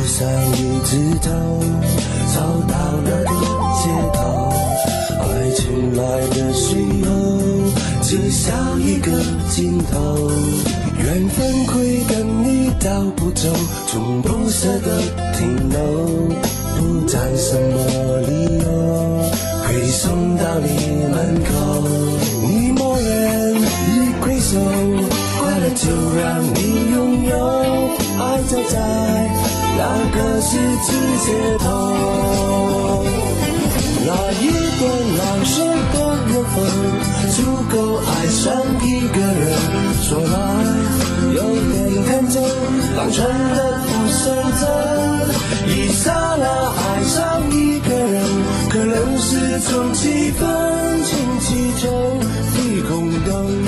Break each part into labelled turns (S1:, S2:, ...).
S1: 一直走，走到那个街头，爱情来的时候，只少一个尽头。缘分会跟你到不走，从不舍得停留，不谈什么理由，会送到你门口。你默认一挥手，快乐就让你拥有，爱就在那个十字街头。那一段难舍的缘分，足够爱上一个人。说来有点天真，单纯的不是真。一刹那爱上一个人，可能是种气氛，情其中非共等。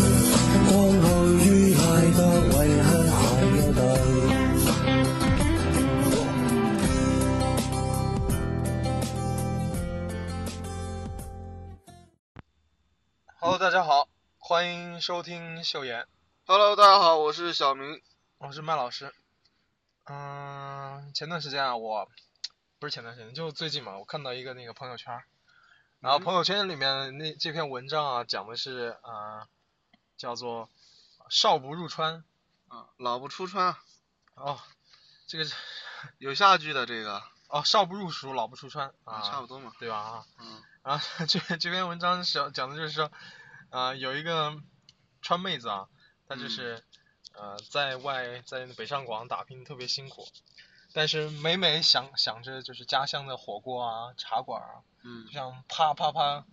S1: 往後於太多為何還要等？
S2: Hello，大家好，欢迎收听秀妍，
S3: Hello，大家好，我是小明。
S2: 我是麦老师。嗯，前段时间啊，我不是前段时间，就最近嘛，我看到一个那个朋友圈儿，然后
S3: 嗯
S2: 朋友圈里面那这篇文章啊，讲的是呃，叫做“少不入川
S3: 啊，老不出川，”
S2: 哦，这个是
S3: 有下句的这个，
S2: 哦，少不入蜀，老不出川啊，
S3: 差不多嘛。
S2: 对吧？啊，
S3: 嗯，
S2: 然后这这篇文章是讲的就是说，啊，有一个川妹子啊，她就是、呃在外在北上广打拼特别辛苦，但是每每想想着就是家乡的火锅啊、茶馆啊，
S3: 嗯
S2: 就，像啪啪啪，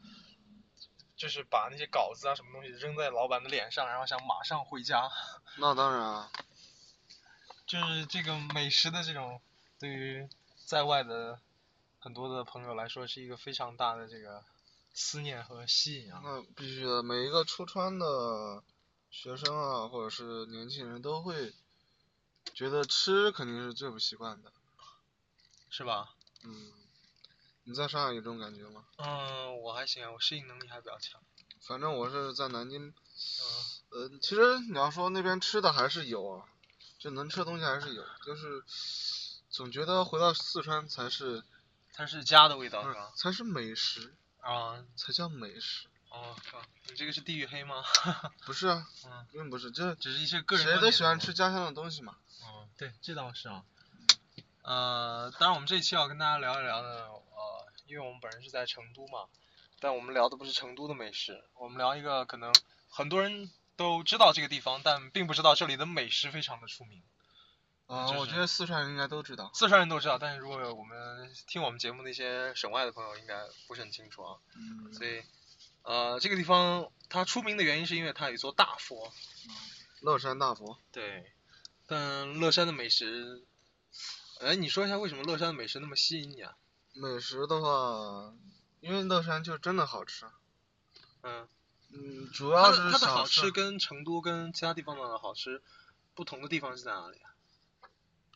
S2: 就是把那些稿子啊什么东西扔在老板的脸上，然后想马上回家，
S3: 那当然啊，
S2: 就是这个美食的这种对于在外的很多的朋友来说是一个非常大的这个思念和吸引啊。
S3: 那必须的。每一个出川的学生啊，或者是年轻人都会觉得吃肯定是最不习惯的。
S2: 是吧？
S3: 嗯，你在上海有这种感觉吗？
S2: 嗯，我还行啊，我适应能力还比较强。
S3: 反正我是在南京，
S2: 嗯，
S3: 呃，其实你要说那边吃的还是有啊，就能吃的东西还是有，就是总觉得回到四川才是
S2: 它是家的味道
S3: 不
S2: 是
S3: 是
S2: 吧？
S3: 才是美食，
S2: 啊，
S3: 才叫美食。
S2: 哦，是吧你这个是地域黑吗？
S3: 不是啊，
S2: 嗯，
S3: 并不是，这
S2: 只是一些个人。
S3: 谁都喜欢吃。家乡的东西嘛。
S2: 嗯，对，这倒是啊。呃，当然我们这一期要跟大家聊一聊呢，呃，因为我们本人是在成都嘛，但我们聊的不是成都的美食，我们聊一个可能很多人都知道这个地方，但并不知道这里的美食非常的出名。
S3: 啊、
S2: 就是
S3: 我觉得四川人应该都知道。
S2: 四川人都知道，但是如果我们听我们节目的一些省外的朋友，应该不是很清楚啊。
S3: 嗯，
S2: 所以，呃，这个地方它出名的原因是因为它有一座大佛。
S3: 乐山大佛，
S2: 对。但乐山的美食，哎，你说一下为什么乐山的美食那么吸引你啊？
S3: 美食的话，因为乐山就真的好吃。啊
S2: 嗯，
S3: 嗯，主
S2: 它
S3: 要
S2: 的
S3: 是
S2: 它的好
S3: 小
S2: 吃跟成都跟其他地方的好吃不同的地方是在哪里啊？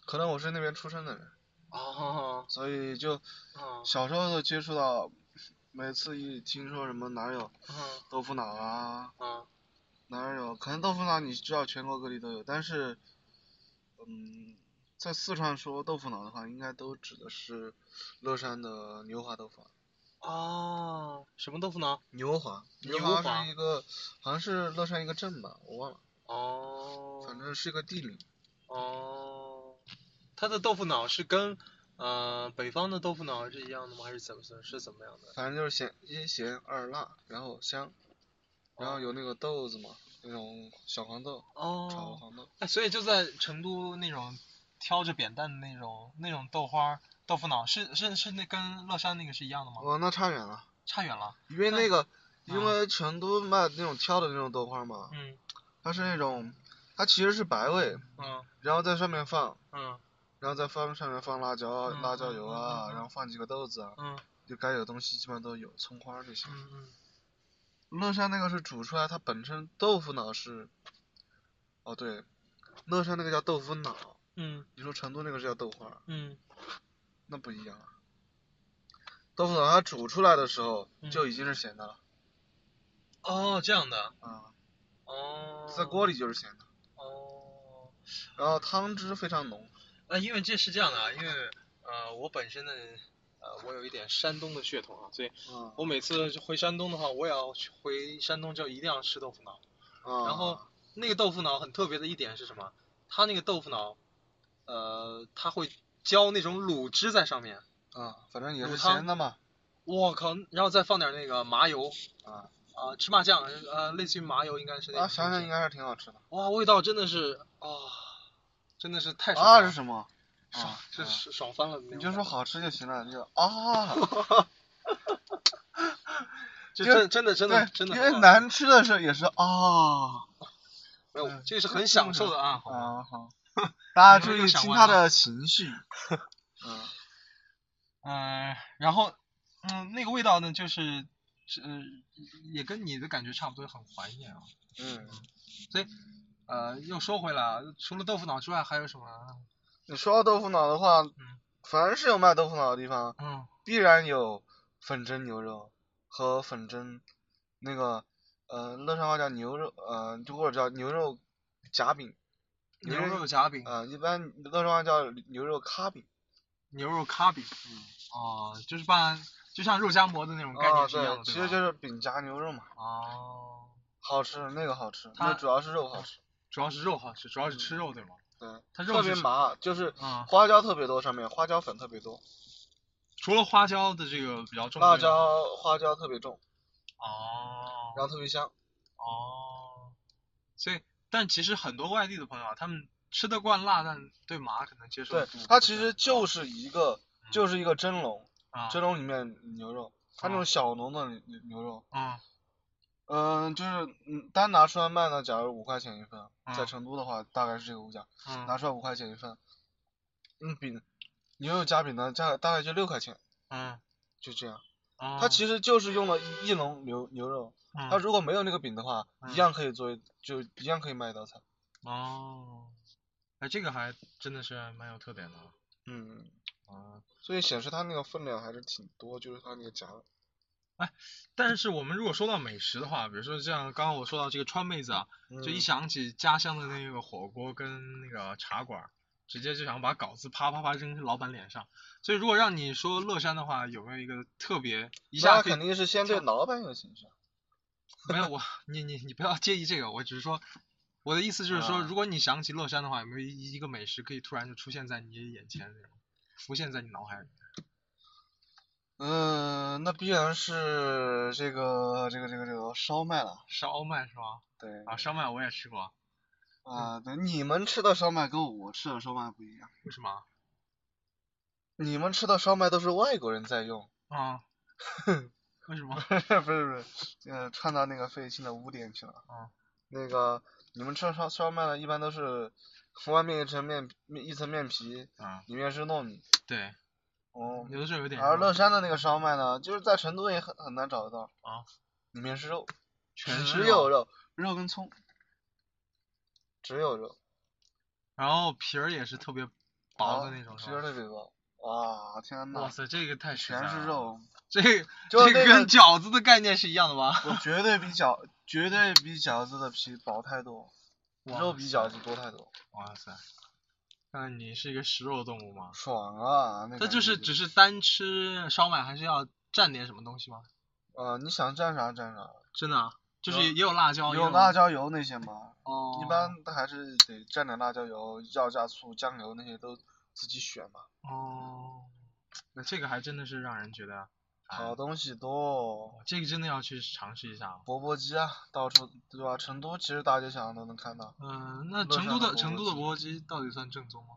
S3: 可能我是那边出生的人，
S2: 哦，
S3: 所以就
S2: 哦，
S3: 小时候就接触到，每次一听说什么哪儿有
S2: 嗯
S3: 豆腐脑啊，
S2: 嗯
S3: 哪儿有，可能豆腐脑你知道全国各地都有，但是，嗯，在四川说豆腐脑的话，应该都指的是乐山的牛华豆腐。啊
S2: 哦，什么豆腐脑？
S3: 牛华，
S2: 牛
S3: 华
S2: 华
S3: 是一个，好像是乐山一个镇吧，我忘了，
S2: 哦，
S3: 反正是一个地名。
S2: 哦，它的豆腐脑是跟呃北方的豆腐脑是一样的吗？还是怎么是怎么样的？
S3: 反正就是咸一咸二辣，然后香，然后有那个豆子嘛，那种小黄豆，炒
S2: 哦，
S3: 黄豆。
S2: 哎，所以就在成都那种挑着扁担的那种那种豆花儿豆腐脑，是是是那跟乐山那个是一样的吗？
S3: 哇，那差远了，
S2: 差远了。
S3: 因为
S2: 那
S3: 那个，因
S2: 啊
S3: 为成都卖那种挑的那种豆花嘛，
S2: 嗯
S3: 它是那种，它其实是白味，
S2: 嗯
S3: 然后在上面放。
S2: 嗯
S3: 然后在放上面放辣椒啊、
S2: 嗯
S3: 辣椒油啊，
S2: 嗯嗯嗯嗯
S3: 然后放几个豆子啊，
S2: 嗯
S3: 就该有的东西基本上都有，葱花儿这些。
S2: 嗯嗯。
S3: 乐山那个是煮出来，它本身豆腐脑是，哦对，乐山那个叫豆腐脑，
S2: 嗯
S3: 你说成都那个是叫豆花儿，
S2: 嗯
S3: 那不一样啊。豆腐脑它煮出来的时候
S2: 嗯
S3: 就已经是咸的了
S2: 哦，这样的
S3: 啊、
S2: 哦，
S3: 在锅里就是咸的，
S2: 哦，
S3: 然后汤汁非常浓。
S2: 啊，因为这是这样的啊，因为呃，我本身呢，呃，我有一点山东的血统啊，所以
S3: 嗯
S2: 我每次回山东的话，我也要去回山东就一定要吃豆腐脑。
S3: 啊，
S2: 然后那个豆腐脑很特别的一点是什么？它那个豆腐脑，呃，它会浇那种卤汁在上面，
S3: 啊，反正也
S2: 卤
S3: 是
S2: 汤
S3: 咸的嘛，
S2: 我靠，然后再放点那个麻油，
S3: 啊
S2: 啊、芝麻酱，呃，类似于麻油应该是那种
S3: 啊，
S2: 东西。
S3: 想想应该是挺好吃的。
S2: 哇，味道真的是啊、真的是太爽
S3: 啊
S2: 了
S3: 是什么？
S2: 爽
S3: 啊，
S2: 是
S3: 啊
S2: 是爽翻了那种感觉。
S3: 你就说好吃就行了，你就啊，
S2: 就
S3: 因为
S2: 真真 的真的
S3: 对，
S2: 真的啊很
S3: 因
S2: 好
S3: 为
S2: 吃，
S3: 难吃的时候也是啊
S2: 没有
S3: 嗯
S2: 这个是很享受的啊，好吗？
S3: 啊好， 大
S2: 你
S3: 家
S2: 们
S3: 注
S2: 又
S3: 意
S2: 想
S3: 听
S2: 歪
S3: 他
S2: 了
S3: 的 情绪，嗯
S2: 嗯，然后嗯，那个味道呢，就是是呃也跟你的感觉差不多，很怀念啊。
S3: 嗯，
S2: 呃，又说回来，啊，除了豆腐脑之外还有什么啊？
S3: 你说到豆腐脑的话，凡是有卖豆腐脑的地方，
S2: 嗯，
S3: 必然有粉蒸牛肉和粉蒸那个呃乐山话叫牛肉呃就或者叫牛肉夹饼，
S2: 牛肉夹饼，
S3: 呃一般乐山话叫牛肉咖饼，
S2: 牛肉咖饼，哦，就是把就像肉夹馍的那种概
S3: 啊
S2: 念是一样
S3: 对，
S2: 的，
S3: 其
S2: 对吧
S3: 实就是饼夹牛肉嘛，
S2: 哦，
S3: 好吃那个好吃，
S2: 它
S3: 那主要是肉好吃，
S2: 主要是肉好吃，主要是吃肉对吗？
S3: 对，
S2: 它肉
S3: 特别
S2: 是
S3: 麻，就是
S2: 啊
S3: 花椒特别多，上面花椒粉特别多，
S2: 除了花椒的这个比较重的
S3: 辣
S2: 味道
S3: 椒花椒特别重，
S2: 哦，
S3: 然后特别香，
S2: 哦，所以，但其实很多外地的朋友啊，他们吃得惯辣，但对麻可能接受
S3: 对
S2: 度，不
S3: 它其
S2: 太
S3: 实
S2: 高
S3: 就是一个就是一个蒸笼。
S2: 嗯啊，
S3: 蒸笼里面牛肉，它那
S2: 啊
S3: 种小笼的牛牛肉，
S2: 嗯
S3: 嗯，就是嗯单拿出来卖呢，假如五块钱一份，
S2: 啊
S3: 在成都的话大概是这个物价，
S2: 嗯，
S3: 拿出来五块钱一份，嗯，饼牛肉夹饼呢，价大概就六块钱，
S2: 嗯，
S3: 就这样。
S2: 啊
S3: 它其实就是用了一一笼牛牛肉，
S2: 嗯
S3: 它如果没有那个饼的话，
S2: 嗯
S3: 一样可以做一，就一样可以卖一道菜。
S2: 哦，哎，这个还真的是蛮有特点的啊
S3: 嗯，
S2: 啊。
S3: 所以显示它那个分量还是挺多，就是它那个夹的。
S2: 但是我们如果说到美食的话，比如说像刚刚我说到这个川妹子啊，就一
S3: 嗯
S2: 想起家乡的那个火锅跟那个茶馆儿，直接就想把稿子啪啪啪扔老板脸上。所以如果让你说乐山的话，有没有一个特别一下
S3: 那
S2: 可以
S3: 肯定是先对老板有情绪。
S2: 没有我，你你你不要介意这个，我只是说，我的意思就是说，
S3: 啊
S2: 如果你想起乐山的话，有没有一一个美食可以突然就出现在你眼前那种，浮现在你脑海里？
S3: 嗯，那必然是这个这个这个这个烧麦了。
S2: 烧麦是吧？
S3: 对
S2: 啊，烧麦我也吃过，
S3: 啊，对，你们吃的烧麦跟我吃的烧麦不一样，
S2: 为什么？
S3: 你们吃的烧麦都是外国人在用，
S2: 啊，为什 么？
S3: 不是不是，呃，串到那个费庆的污点去了。
S2: 啊，
S3: 那个你们吃的烧烧麦呢，一般都是外面一层面面一层面皮，
S2: 啊，
S3: 里面是糯米。
S2: 对，
S3: 哦，
S2: 有的时候有点
S3: 而
S2: 肉
S3: 乐山的那个烧麦呢，就是在成都也很很难找得到
S2: 啊，
S3: 里面是肉，
S2: 全是
S3: 只有
S2: 肉，
S3: 肉，肉跟葱，只有肉。
S2: 然后皮儿也是特别薄
S3: 啊
S2: 的那种，是
S3: 皮儿
S2: 吧
S3: 特别薄。哇，天
S2: 哇
S3: 呐，
S2: 塞，这个太实在
S3: 全是
S2: 了，
S3: 肉，
S2: 这个
S3: 就
S2: 这
S3: 那
S2: 个
S3: 个
S2: 跟饺子的概念是一样的吧？
S3: 我绝对比饺，绝对比饺子的皮薄太多，肉
S2: 哇
S3: 比
S2: 塞
S3: 饺子多太多，
S2: 哇塞，那你是一个食肉动物吗？
S3: 爽啊！那
S2: 那
S3: 感
S2: 就
S3: 觉
S2: 是只是单吃烧麦，还是要蘸点什么东西吗？
S3: 呃，你想蘸啥蘸啥，
S2: 真的、啊，就是
S3: 有
S2: 也有辣椒，也
S3: 哦有辣，椒油那些嘛，
S2: 哦，
S3: 一般还是得蘸点辣椒油，要加醋、酱油那些都自己选嘛。
S2: 哦，那这个还真的是让人觉得，哎
S3: 好，东西多，哦
S2: 这个真的要去尝试一下。
S3: 钵钵鸡啊，到处对吧？成都其实大街小巷都能看到，
S2: 嗯，那
S3: 乐
S2: 成都的
S3: 山的钵
S2: 成都
S3: 钵
S2: 的
S3: 鸡
S2: 钵钵鸡到底算正宗 吗？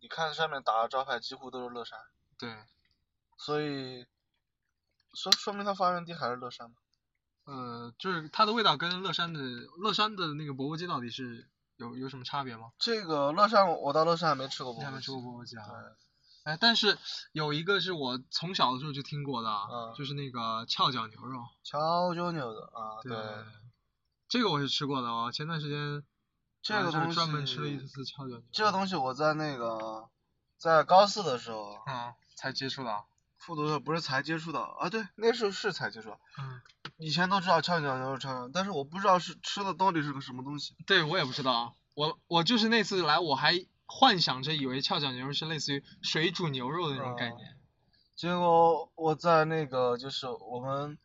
S3: 你看上面打的招牌几乎都是乐山，
S2: 对，
S3: 所以说说明它发源地还是乐山嘛。
S2: 呃，就是它的味道跟乐山的乐山的那个钵钵鸡到底是有有什么差别吗？
S3: 这个乐山，我到乐山还没吃过钵
S2: 你
S3: 钵
S2: 还
S3: 鸡。
S2: 没吃过钵钵鸡啊？
S3: 对
S2: 哎，但是有一个是我从小的时候就听过的啊，
S3: 嗯
S2: 就是那个翘脚牛肉。
S3: 乔九牛的啊，对，
S2: 这个我是吃过的哦。前段时间
S3: 这
S2: 好
S3: 个
S2: 像
S3: 东
S2: 是
S3: 西
S2: 专门吃了一次跷脚牛。
S3: 这个东西我在那个在高四的时候
S2: 嗯，才接触到。
S3: 复读的时候不是才接触到啊，对，那时候是才接触到，
S2: 嗯，
S3: 以前都知道翘脚牛肉翘脚，但是我不知道是吃的到底是个什么东西。
S2: 对我也不知道啊，我我就是那次来我还幻想着以为跷脚牛肉是类似于水煮牛肉的那种概
S3: 哦
S2: 念。
S3: 结果我在那个就是我们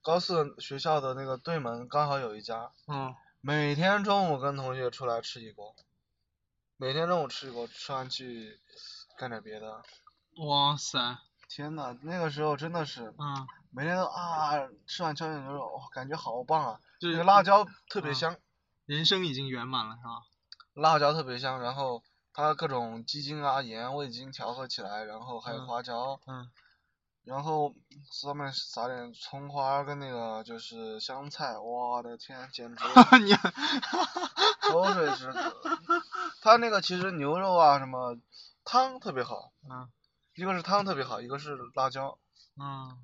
S3: 高四学校的那个对门刚好有一家，
S2: 嗯，
S3: 每天中午跟同学出来吃一锅，每天中午吃一锅，吃完去干点别的。
S2: 哇塞，
S3: 天呐，那个时候真的是
S2: 嗯，
S3: 每天都啊，吃完跷脚牛肉，哇、感觉好棒啊！
S2: 就
S3: 那
S2: 是
S3: 个辣椒特别
S2: 嗯
S3: 香，
S2: 人生已经圆满了是吧？
S3: 辣椒特别香，然后它各种鸡精啊、盐、味精调和起来，然后还有
S2: 嗯
S3: 花椒，
S2: 嗯
S3: 然后上面撒点葱花跟那个就是香菜，我的天，简直
S2: 你
S3: 口水直 流。它那个其实牛肉啊什么汤特别好，
S2: 嗯
S3: 一个是汤特别好，一个是辣椒。
S2: 嗯，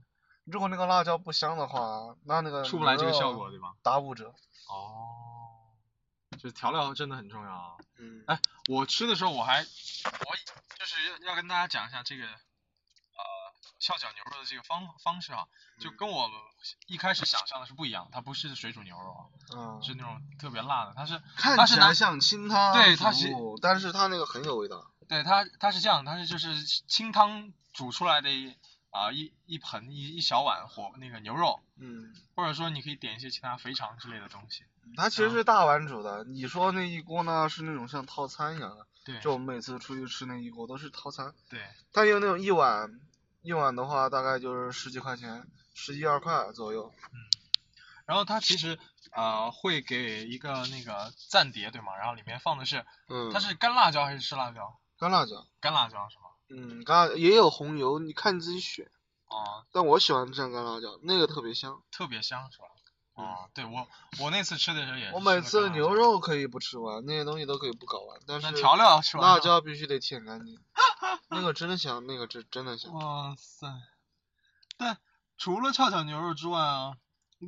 S3: 如果那个辣椒不香的话，那那个
S2: 出不来
S3: 牛
S2: 这个
S3: 肉
S2: 效果对吧？
S3: 打五折。
S2: 哦，就是调料真的很重要啊。
S3: 嗯
S2: 哎我吃的时候我还，我就是要要跟大家讲一下这个，呃，跷脚牛肉的这个方方式啊，就
S3: 嗯
S2: 跟我一开始想象的是不一样的，它不是水煮牛肉
S3: 啊
S2: 啊，，是那种特别辣的，它是
S3: 看
S2: 它
S3: 起
S2: 是
S3: 来
S2: 拿
S3: 像清汤
S2: 对它
S3: 煮
S2: 是
S3: 物，但是它那个很有味道。
S2: 对它它是这样，它是就是清汤煮出来的一啊、一一盆一一小碗火那个牛肉，
S3: 嗯，
S2: 或者说你可以点一些其他肥肠之类的东西，
S3: 它其
S2: 啊
S3: 实是大碗煮的。你说那一锅呢，是那种像套餐一样的，
S2: 对
S3: 就我们每次出去吃那一锅都是套餐。
S2: 对
S3: 但有那种一碗，一碗的话大概就是十几块钱，十一二块左右。
S2: 然后它其实呃会给一个那个蘸碟对吗？然后里面放的是
S3: 嗯，
S2: 它是干辣椒还是湿辣椒？
S3: 干辣椒。
S2: 干辣椒是吗？
S3: 嗯，干辣也有红油，你看你自己选。
S2: 哦，
S3: 但我喜欢蘸干辣椒，那个特别香。
S2: 特别香是吧？
S3: 嗯
S2: 哦，对我我那次吃的时候也是
S3: 我每
S2: 吃了
S3: 次
S2: 干辣椒
S3: 牛肉可以不吃完，那些东西都可以不搞完，但
S2: 那
S3: 是
S2: 调料吃完
S3: 辣
S2: 之后，
S3: 椒必须得舔干净。那个真的香，那个真真的 香。
S2: 哇塞！但除了跷脚牛肉之外啊，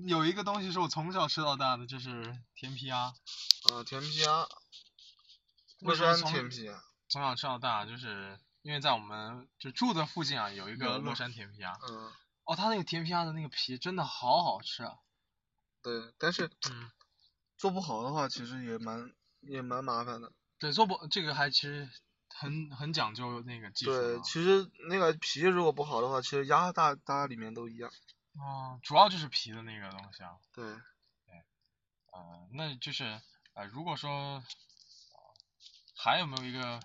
S2: 有一个东西是我从小吃到大的，就是甜皮鸭。
S3: 啊，甜皮鸭，
S2: 为
S3: 乐
S2: 什么
S3: 山
S2: 从
S3: 甜皮鸭。
S2: 从小吃到大，就是因为在我们就住的附近啊，有一
S3: 有
S2: 个
S3: 吗
S2: 乐山甜皮鸭。
S3: 嗯，
S2: 哦，它那个甜皮鸭的那个皮真的好好吃啊！
S3: 对，但是
S2: 嗯，
S3: 做不好的话，其实也蛮也蛮麻烦的。
S2: 对，做不这个还其实很很讲究那个技术的
S3: 对，
S2: 啊。
S3: 其实那个皮如果不好的话，其实鸭大大家里面都一样。
S2: 哦，主要就是皮的那个东西啊。
S3: 对，
S2: 呃，那就是呃，如果说、呃还有没有一个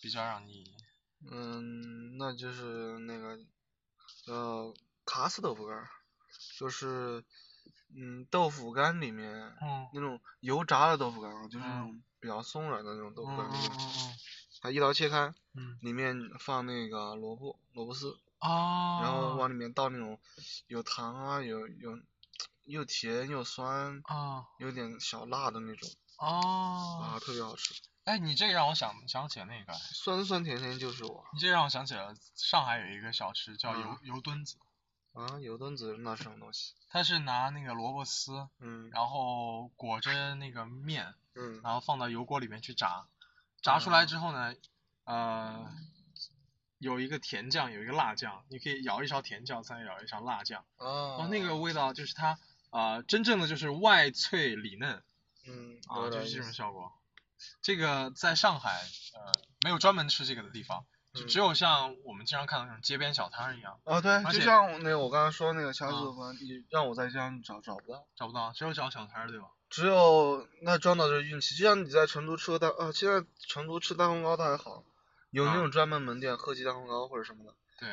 S2: 比较让你
S3: 嗯，那就是那个呃卡死豆腐干，儿，就是嗯豆腐干里面
S2: 嗯
S3: 那种油炸的豆腐干儿，啊就是那
S2: 嗯
S3: 种比较松软的那种豆
S2: 嗯
S3: 腐干儿
S2: 嗯
S3: 里面，
S2: 嗯
S3: 它一刀切开，
S2: 嗯
S3: 里面放那个萝卜萝卜丝，
S2: 嗯啊，
S3: 然后往里面倒那种有糖啊，有有又甜又酸，
S2: 啊
S3: 有点小辣的那种，
S2: 哦，
S3: 啊，特别好吃，
S2: 哎，你这个让我想想起了那个，
S3: 酸酸甜甜就是我
S2: 你这让我想起了上海有一个小吃
S3: 嗯
S2: 叫油、油墩子，
S3: 啊，油墩子那是什么东西？
S2: 它是拿那个萝卜丝，
S3: 嗯
S2: 然后裹着那个面，
S3: 嗯
S2: 然后放到油锅里面去炸，炸出来之后呢，呃，有一个甜酱，有一个辣酱，你可以舀一勺甜酱，再舀一勺辣酱，
S3: 哦
S2: 哦，那个味道就是它啊、呃真正的就是外脆里嫩
S3: 嗯
S2: 啊，就
S3: 有点
S2: 是
S3: 意
S2: 这种
S3: 思
S2: 效果。这个在上海呃没有专门吃这个的地方，就只
S3: 嗯
S2: 有像我们经常看到那种街边小摊儿一样，
S3: 哦，对，
S2: 而
S3: 就
S2: 且
S3: 像那个我刚才说那个小
S2: 啊
S3: 豆腐干，你让我在街上找找不到，
S2: 找不到，只有找小摊儿对吧？
S3: 只有那撞到就是运气。就像你在成都吃过蛋啊，现在成都吃蛋烘糕倒还好，有那
S2: 啊
S3: 种专门门店贺记蛋烘糕或者什么的。
S2: 对，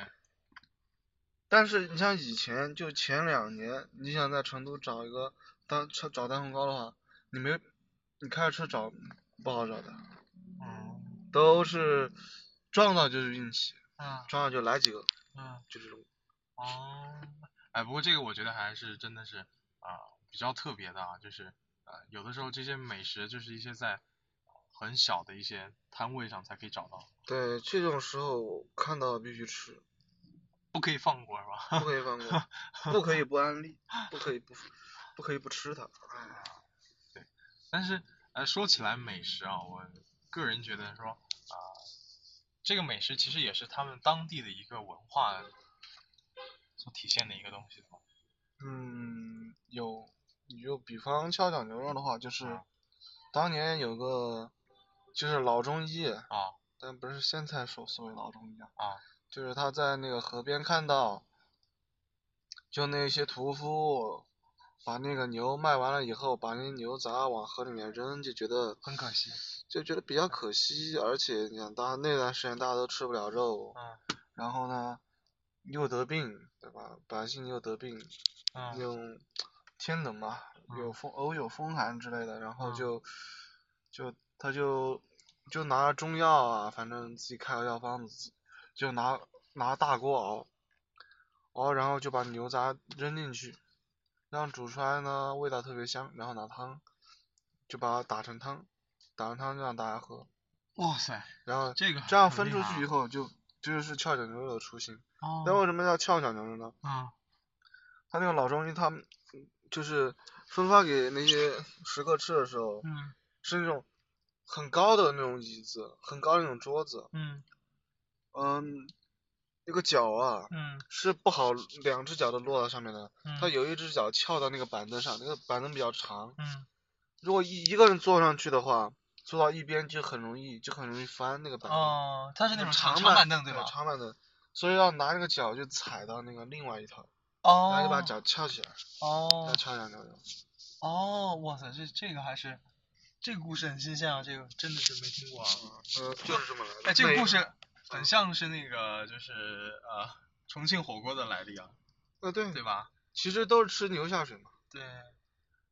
S3: 但是你像以前，就前两年，你想在成都找一个蛋吃找蛋烘糕的话，你没你开着车找不好找的，
S2: 嗯
S3: 都是撞到就是运气，
S2: 啊
S3: 撞到就来几个，
S2: 嗯
S3: 就这种。
S2: 哦，哎，不过这个我觉得还是真的是啊、比较特别的啊，就是呃有的时候这些美食就是一些在很小的一些摊位上才可以找到，
S3: 对，这种时候看到必须吃。
S2: 不可以放过是吧？
S3: 不可以放过，不可以不安利，不可以不，不可以不吃它。哎，
S2: 但是，呃，说起来美食啊，我个人觉得说，啊、这个美食其实也是他们当地的一个文化所体现的一个东西嘛。
S3: 嗯，有，你就比方跷脚牛肉的话，就是
S2: 啊
S3: 当年有个就是老中医，
S2: 啊
S3: 但不是现在所所谓老中医啊，
S2: 啊
S3: 就是他在那个河边看到，就那些屠夫把那个牛卖完了以后，把那牛杂往河里面扔，就觉得
S2: 很可惜，
S3: 就觉得比较可惜，而且你想，大那段时间大家都吃不了肉，
S2: 嗯
S3: 然后呢又得病，对吧？百姓又得病，
S2: 嗯
S3: 有天冷嘛，有
S2: 嗯
S3: 风偶有风寒之类的，然后
S2: 嗯
S3: 就、就他就就拿着中药啊，反正自己开个药方子，就拿拿大锅熬，熬然后就把牛杂扔进去，让煮出来呢味道特别香，然后拿汤就把它打成汤，打成汤就让大家喝，
S2: 哇塞，
S3: 然后
S2: 这个
S3: 这样
S2: 很
S3: 分
S2: 厉
S3: 出
S2: 害
S3: 去以
S2: 啊，
S3: 后就这就是翘脚牛肉的雏形。
S2: 哦
S3: 那为什么叫翘脚牛肉呢？
S2: 啊
S3: 他那个老中医，他们就是分发给那些食客吃的时候，
S2: 嗯
S3: 是那种很高的那种椅子，很高的那种桌子，
S2: 嗯
S3: 嗯，那个脚啊
S2: 嗯
S3: 是不好两只脚都落到上面的，
S2: 嗯，
S3: 他有一只脚翘到那个板凳上，那个板凳比较长，
S2: 嗯
S3: 如果一一个人坐上去的话，坐到一边就很容易就很容易翻那个板凳，
S2: 哦，它是那种
S3: 长
S2: 长板凳
S3: 对
S2: 吧？
S3: 长板凳，所以要拿那个脚就踩到那个另外一头，然后就把
S2: 哦
S3: 脚翘起来，
S2: 哦
S3: 要翘两条。
S2: 哦，哇塞，这这个还是这个故事很新鲜啊，这个真的是没听过啊。
S3: 呃，就是这么来的。
S2: 哎，这个
S3: 每
S2: 故事很像是那个就是呃重庆火锅的来历啊，
S3: 呃，对
S2: 对，吧？
S3: 其实都是吃牛下水嘛，
S2: 对，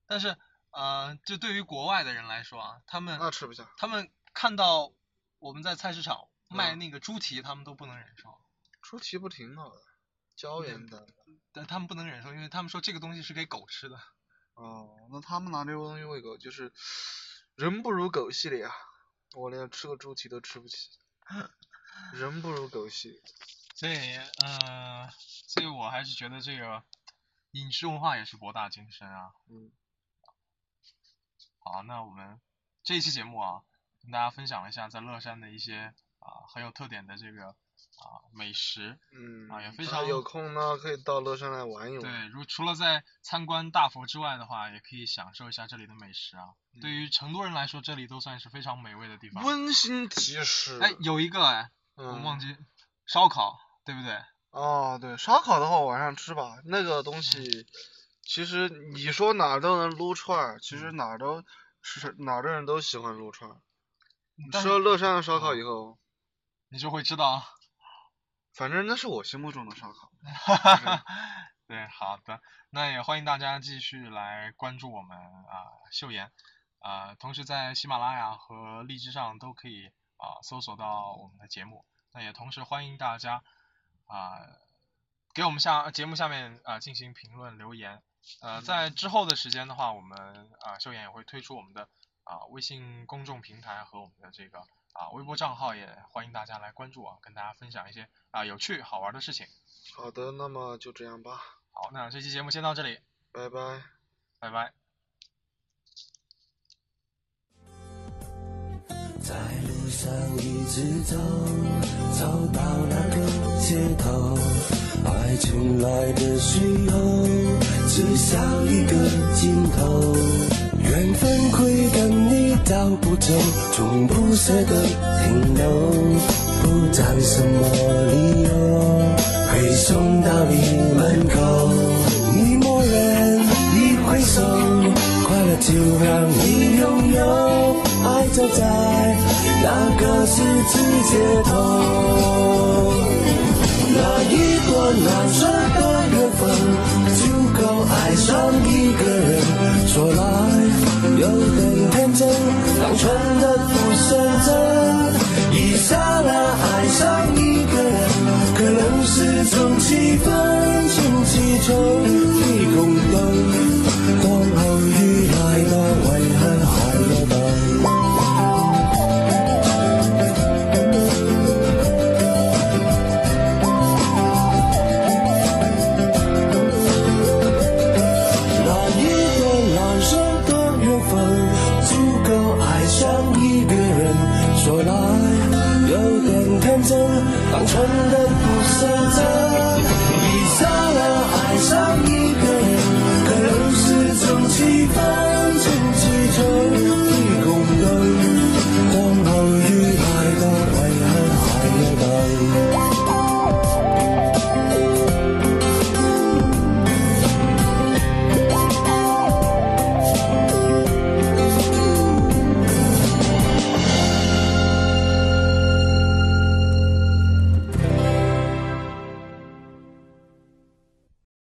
S2: 但是呃，就对于国外的人来说啊，他们
S3: 那吃不下。
S2: 他们看到我们在菜市场卖
S3: 嗯
S2: 那个猪蹄，他们都不能忍受，
S3: 猪蹄不挺
S2: 啊
S3: 好的，胶
S2: 对
S3: 原蛋白。
S2: 但他们不能忍受，因为他们说这个东西是给狗吃的。
S3: 哦，那他们拿这个东西喂狗，就是人不如狗系列啊！我连吃个猪蹄都吃不起，人不如狗系列。
S2: 所以，呃，所以我还是觉得这个饮食文化也是博大精深啊。
S3: 嗯。
S2: 好，那我们这一期节目啊，跟大家分享了一下在乐山的一些啊、很有特点的这个啊、美食。
S3: 嗯，
S2: 啊也非
S3: 大家
S2: 常
S3: 有空呢，可以到乐山来玩一玩。
S2: 对，如除了在参观大佛之外的话，也可以享受一下这里的美食啊。对于成都人来说，这里都算是非常美味的地方。
S3: 嗯温馨提示。
S2: 哎，有一个哎，我
S3: 嗯，
S2: 们忘记烧烤，对不对？
S3: 哦，对，烧烤的话晚上吃吧，那个东西，其实你说哪儿都能撸串儿，其实哪儿都是哪儿的人都喜欢撸串儿。
S2: 但
S3: 吃
S2: 是
S3: 了乐山的烧烤以后，
S2: 你就会知道。
S3: 反正那是我心目中的烧烤。
S2: 对，好的，那也欢迎大家继续来关注我们啊、秀妍，啊、同时在喜马拉雅和荔枝上都可以啊、搜索到我们的节目。那也同时欢迎大家啊、给我们下节目下面啊、进行评论留言。呃，在之后的时间的话，我们啊、秀妍也会推出我们的啊、微信公众平台和我们的这个啊、微博账号，也欢迎大家来关注啊，跟大家分享一些啊、有趣好玩的事情。
S3: 好的，那么就这样吧，
S2: 好，那这期节目先到这里，
S3: 拜拜。
S2: 拜拜。
S1: 在路上一直走，走到那个街头，爱情来的时候，只想一个尽头。缘分会跟你到不走，从不舍得停留，不讲什么理由，会送到你门口。你默认一挥手，快乐就让你拥有。爱就在那个十字街头。那一朵暖色的缘分，足够爱上一个人。说来有点天真，单纯的不是真。一刹那爱上一个人，可能是种气氛，种气氛，非共对。当后于太多遗憾，害了đời。那一个难舍的缘分，足够爱上一个人。说来有点天真，单纯的不是真。一刹那爱上一个人，可能是种气氛，种气氛，最共对。当后人。